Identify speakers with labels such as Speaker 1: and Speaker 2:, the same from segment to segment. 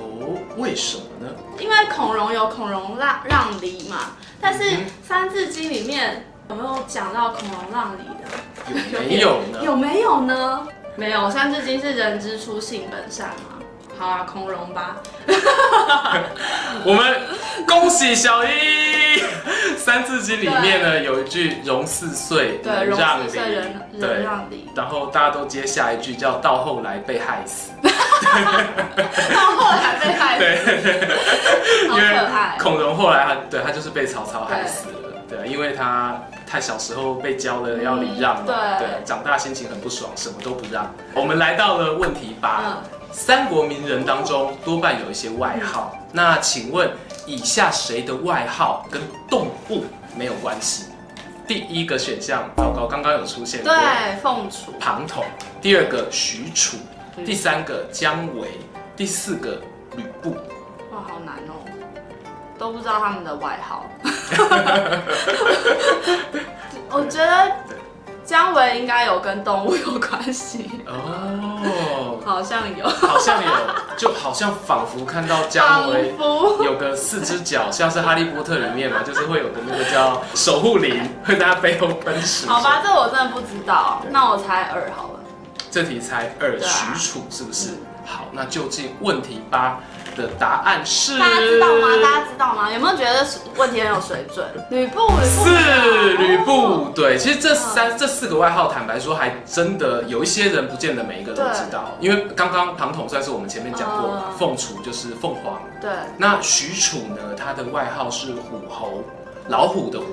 Speaker 1: 哦，为什么呢？
Speaker 2: 因为孔融有孔融让让梨嘛，但是《
Speaker 1: 嗯
Speaker 2: 三字经》里面有没有讲到孔融让梨的？
Speaker 1: 有没有呢？
Speaker 2: 有没有呢？没有，《三字经》是人之初性本善嘛。好啊，孔融吧。
Speaker 1: 我们恭喜小一，《三字经》里面呢有一句“融四岁，
Speaker 2: 对，
Speaker 1: 人
Speaker 2: 融
Speaker 1: 让
Speaker 2: 四
Speaker 1: 梨
Speaker 2: 岁人”，人
Speaker 1: 对。
Speaker 2: 让 梨，
Speaker 1: 然后大家都接下一句叫“到后来被害 死
Speaker 2: 到后来被”，害
Speaker 1: 对，
Speaker 2: 死，好
Speaker 1: 因为
Speaker 2: 可爱。
Speaker 1: 孔融后来他对他就是被曹操害死了，对，因为他他小时候被教了要礼让嘛，
Speaker 2: 嗯对
Speaker 1: 对，长大心情很不爽，什么都不让。我们来到了问题八，
Speaker 2: 嗯，
Speaker 1: 三国名人当中多半有一些外号，那请问以下谁的外号跟动物没有关系？第一个选项，糟糕，刚刚有出现过
Speaker 2: 对，凤雏，
Speaker 1: 庞统；第二个许褚；
Speaker 2: 嗯
Speaker 1: 第三个姜维；第四个吕布。
Speaker 2: 哇，好难哦，都都不知道他们的外号。 我觉得姜维应该有跟动物有关系，
Speaker 1: 哦，
Speaker 2: 好像有，
Speaker 1: 好像有，就好像仿佛看到姜
Speaker 2: 仿
Speaker 1: 维
Speaker 2: 佛
Speaker 1: 有个四只脚，像是哈利波特里面嘛，就是会有个那个叫守护灵，会在他背后奔驰。
Speaker 2: 好吧，这我真的不知道
Speaker 1: 对，
Speaker 2: 那我猜二好了。
Speaker 1: 这题猜二，
Speaker 2: 对啊
Speaker 1: 许褚是不是？好，那究竟问题八的答案是？
Speaker 2: 大家知道吗？大家知道吗？有没有觉得问题很有水准？吕布，吕布
Speaker 1: 是吕布，对，其实
Speaker 2: 嗯
Speaker 1: 这三这四个外号，坦白说，还真的有一些人不见得每一个都知道，因为刚刚庞统算是我们前面讲过嘛
Speaker 2: 嗯，
Speaker 1: 凤雏就是凤凰，
Speaker 2: 对，
Speaker 1: 那许褚呢，他的外号是虎侯，老虎的虎。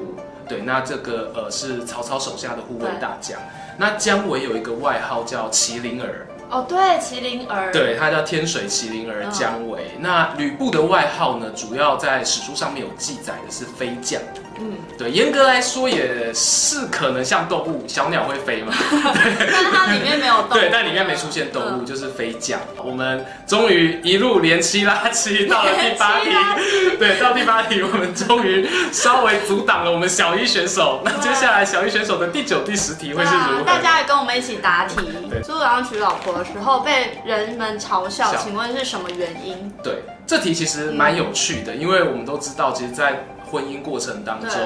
Speaker 1: 对，那这个呃是曹操手下的护卫大将。那姜维有一个外号叫麒麟儿，
Speaker 2: 哦对，麒麟儿，
Speaker 1: 对，他叫天水麒麟儿
Speaker 2: 嗯
Speaker 1: 姜维。那吕布的外号呢，主要在史书上面有记载的是飞将。
Speaker 2: 嗯，
Speaker 1: 对，严格来说也是可能像动物，小鸟会飞 嘛？
Speaker 2: 但它里面没有动 物，
Speaker 1: 对，但里面没出现动
Speaker 2: 嗯
Speaker 1: 物，就是飞将。我们终于一路连七拉七，到了第八 题
Speaker 2: 连七拉。
Speaker 1: 对，到第八题，我们终于稍微阻挡了我们小一选手。那接下来小一选手的第九、第十题会是如何？
Speaker 2: 大家也跟我们一起答题
Speaker 1: 对。
Speaker 2: 诸葛亮娶老婆的时候被人们嘲笑，
Speaker 1: 笑
Speaker 2: 请问是什么原因？
Speaker 1: 对，这题其实蛮有趣的，因为我们都知道，其实，在婚姻过程当中
Speaker 2: 对，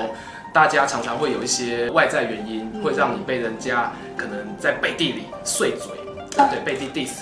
Speaker 1: 大家常常会有一些外在原因，会让你被人家可能在背地里碎嘴，对，背地 diss。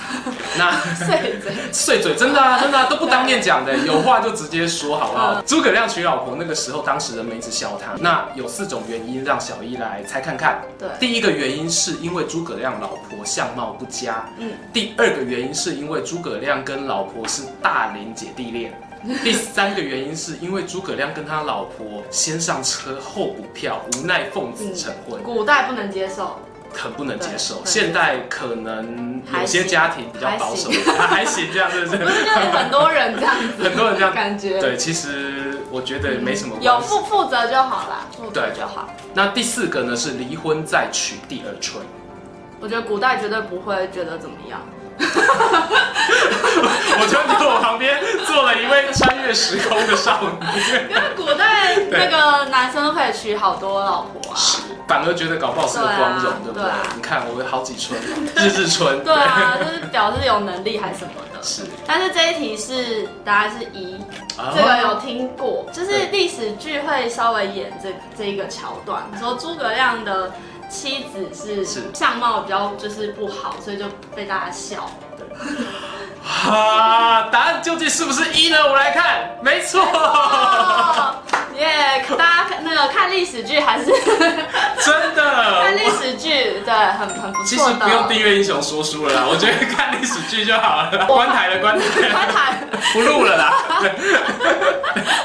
Speaker 1: 那
Speaker 2: 碎嘴。
Speaker 1: 碎嘴真的啊，真的、啊、都不当面讲的，有话就直接说好不好？诸葛亮娶老婆那个时候，当时人们一直笑他。那有四种原因让小一来猜看看。
Speaker 2: 对
Speaker 1: 第一个原因是因为诸葛亮老婆相貌不佳，
Speaker 2: 嗯
Speaker 1: 嗯。第二个原因是因为诸葛亮跟老婆是大龄姐弟恋。 第三个原因是因为诸葛亮跟他老婆先上车后补票，无奈奉子成婚，
Speaker 2: 古代不能接受，
Speaker 1: 很不能接受。
Speaker 2: 嗯对对
Speaker 1: 现代可能有
Speaker 2: 还
Speaker 1: 些
Speaker 2: 行
Speaker 1: 家庭比较保守，
Speaker 2: 还
Speaker 1: 还还行这样，是不是
Speaker 2: 不？ 是就是很多人这样子，
Speaker 1: 很多 人这样
Speaker 2: 感觉
Speaker 1: 对，其实我觉得没什么
Speaker 2: 嗯有
Speaker 1: 关系。
Speaker 2: 负负责就好啦，负责就好。
Speaker 1: 那第四个呢是离婚再娶第二春，
Speaker 2: 我觉得古代绝对不会觉得怎么 样，
Speaker 1: 我觉得我旁边坐了一位穿越时空的少女，
Speaker 2: 因为古代那个男生都可以娶好多老婆啊。
Speaker 1: 反而觉得搞不好是个光荣，对不对
Speaker 2: 对啊对啊？
Speaker 1: 你看我有好几春，日日春，
Speaker 2: 对啊，就是表示有能力还是什么的。
Speaker 1: 是
Speaker 2: 但是这一题是答案是一，
Speaker 1: 啊
Speaker 2: 这个有听过，就是历史剧会稍微演这这一个桥段，说诸葛亮的妻子
Speaker 1: 是
Speaker 2: 是相貌比较就是不好，所以就被大家 笑。
Speaker 1: 啊，答案究竟是不是一呢？我们来看，没 错，
Speaker 2: 哦耶！大家看那个看历史剧还 是
Speaker 1: 真
Speaker 2: 看
Speaker 1: 的。
Speaker 2: 历史剧，对，很很不
Speaker 1: 其实
Speaker 2: 错
Speaker 1: 不用
Speaker 2: 的。
Speaker 1: 订阅英雄说书了啦，我觉得看历史剧就好了。关台了，关台了。
Speaker 2: 观台
Speaker 1: 不录了 啦。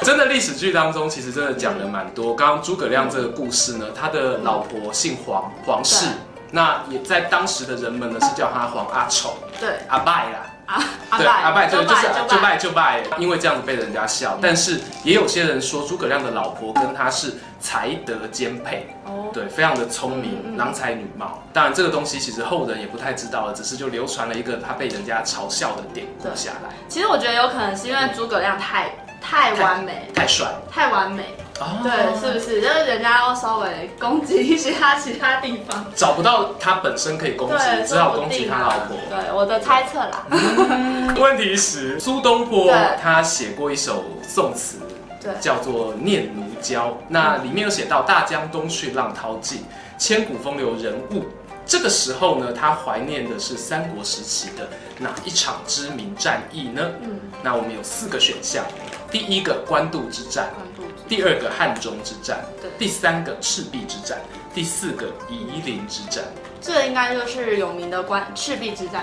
Speaker 1: 真的历史剧当中，其实真的讲了蛮
Speaker 2: 嗯
Speaker 1: 多。刚刚诸葛亮这个故事呢，他的老婆姓黄，黄氏
Speaker 2: 对。
Speaker 1: 那也在当时的人们呢，是叫他黄阿丑、
Speaker 2: 对
Speaker 1: 阿拜啦。
Speaker 2: 啊，阿
Speaker 1: 对，阿拜，对，就是
Speaker 2: 就嗯
Speaker 1: 就拜就拜，因为这样子被人家笑。但是也有些人说，诸葛亮的老婆跟他是才德兼配，
Speaker 2: 哦，
Speaker 1: 对，非常的聪
Speaker 2: 嗯
Speaker 1: 明，
Speaker 2: 嗯
Speaker 1: 郎才女貌。当然，这个东西其实后人也不太知道了，只是就流传了一个他被人家嘲笑的典故
Speaker 2: 对
Speaker 1: 下来，
Speaker 2: 其实我觉得有可能是因为诸葛亮太太完美，
Speaker 1: 太帅了。
Speaker 2: 太完美，
Speaker 1: 哦
Speaker 2: 对，是不是？就是人家要稍微攻击一些他其他地方。
Speaker 1: 找不到他本身可以攻击，
Speaker 2: 对，
Speaker 1: 只好
Speaker 2: 说
Speaker 1: 攻
Speaker 2: 不
Speaker 1: 击
Speaker 2: 定
Speaker 1: 他
Speaker 2: 啊
Speaker 1: 老婆。嗯
Speaker 2: 对，我的猜测啦。
Speaker 1: 问题是，苏东坡
Speaker 2: 对
Speaker 1: 他写过一首宋词，
Speaker 2: 对
Speaker 1: 叫做《念奴娇》，那里面有写到“大江东去，浪淘尽，千古风流人物”。这个时候呢，他怀念的是三国时期的哪一场知名战役呢？
Speaker 2: 嗯，
Speaker 1: 那我们有四个选项，第一个官渡之战，
Speaker 2: 关注组
Speaker 1: 第二个汉中之战
Speaker 2: 对，
Speaker 1: 第三个赤壁之战，第四个夷陵之战。
Speaker 2: 这应该就是有名的关赤壁之 战。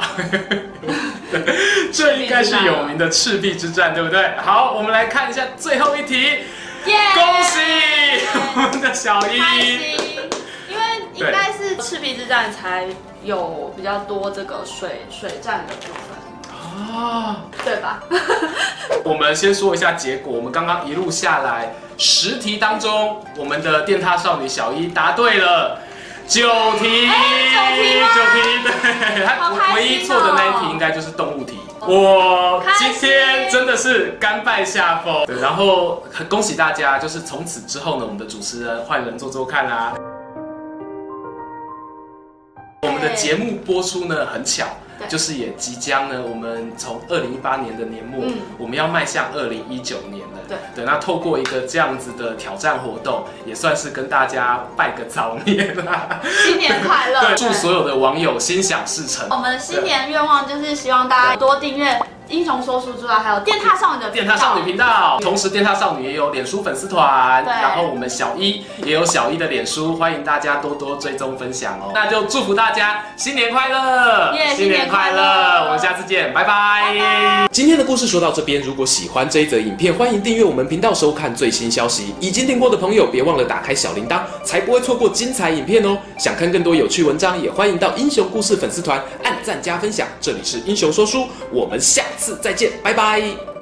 Speaker 1: 这应该是有名的赤壁之战，对不对？好，我们来看一下最后一题，
Speaker 2: 耶！
Speaker 1: 恭喜我们的小
Speaker 2: 开
Speaker 1: 一。
Speaker 2: 心，因为应该是赤壁之战才有比较多这个水水战的部分，
Speaker 1: 啊！
Speaker 2: 对 吧？
Speaker 1: 我们先说一下结果，我们刚刚一路下来，十题当中，我们的电踏少女小一答对了。九题，九
Speaker 2: 哎九题吗
Speaker 1: 题，对，她
Speaker 2: 好开心哦
Speaker 1: 唯一错的那一题应该就是动物题，我
Speaker 2: 开
Speaker 1: 今
Speaker 2: 心
Speaker 1: 天真的是甘拜下风。对，然后很恭喜大家，就是从此之后呢，我们的主持人换人做做看啦、我们的节目播出呢，很巧。
Speaker 2: 对
Speaker 1: 就是也即将呢，我们从二零一八年的年末，
Speaker 2: 嗯
Speaker 1: 我们要迈向二零一九年了。
Speaker 2: 对
Speaker 1: 对，那透过一个这样子的挑战活动，也算是跟大家拜个早年啦。
Speaker 2: 新年快乐！
Speaker 1: 对，祝所有的网友心想事成。
Speaker 2: 我们新年愿望就是希望大家多订阅《英雄说书》之外，还有《电踏少女》的频
Speaker 1: 电
Speaker 2: 道
Speaker 1: 塔少女频道，同时电塔少女也有脸书粉丝团，
Speaker 2: 对
Speaker 1: 然后我们小一也有小一的脸书，欢迎大家多多追踪分享哦。那就祝福大家新年快乐，
Speaker 2: 耶新年快乐
Speaker 1: 我们下次见，拜拜。今天的故事说到这边，如果喜欢这一则影片，欢迎订阅我们频道收看最新消息。已经订过的朋友，别忘了打开小铃铛，才不会错过精彩影片哦。想看更多有趣文章，也欢迎到英雄故事粉丝团按赞加分享。这里是英雄说书，我们下次再见，拜拜。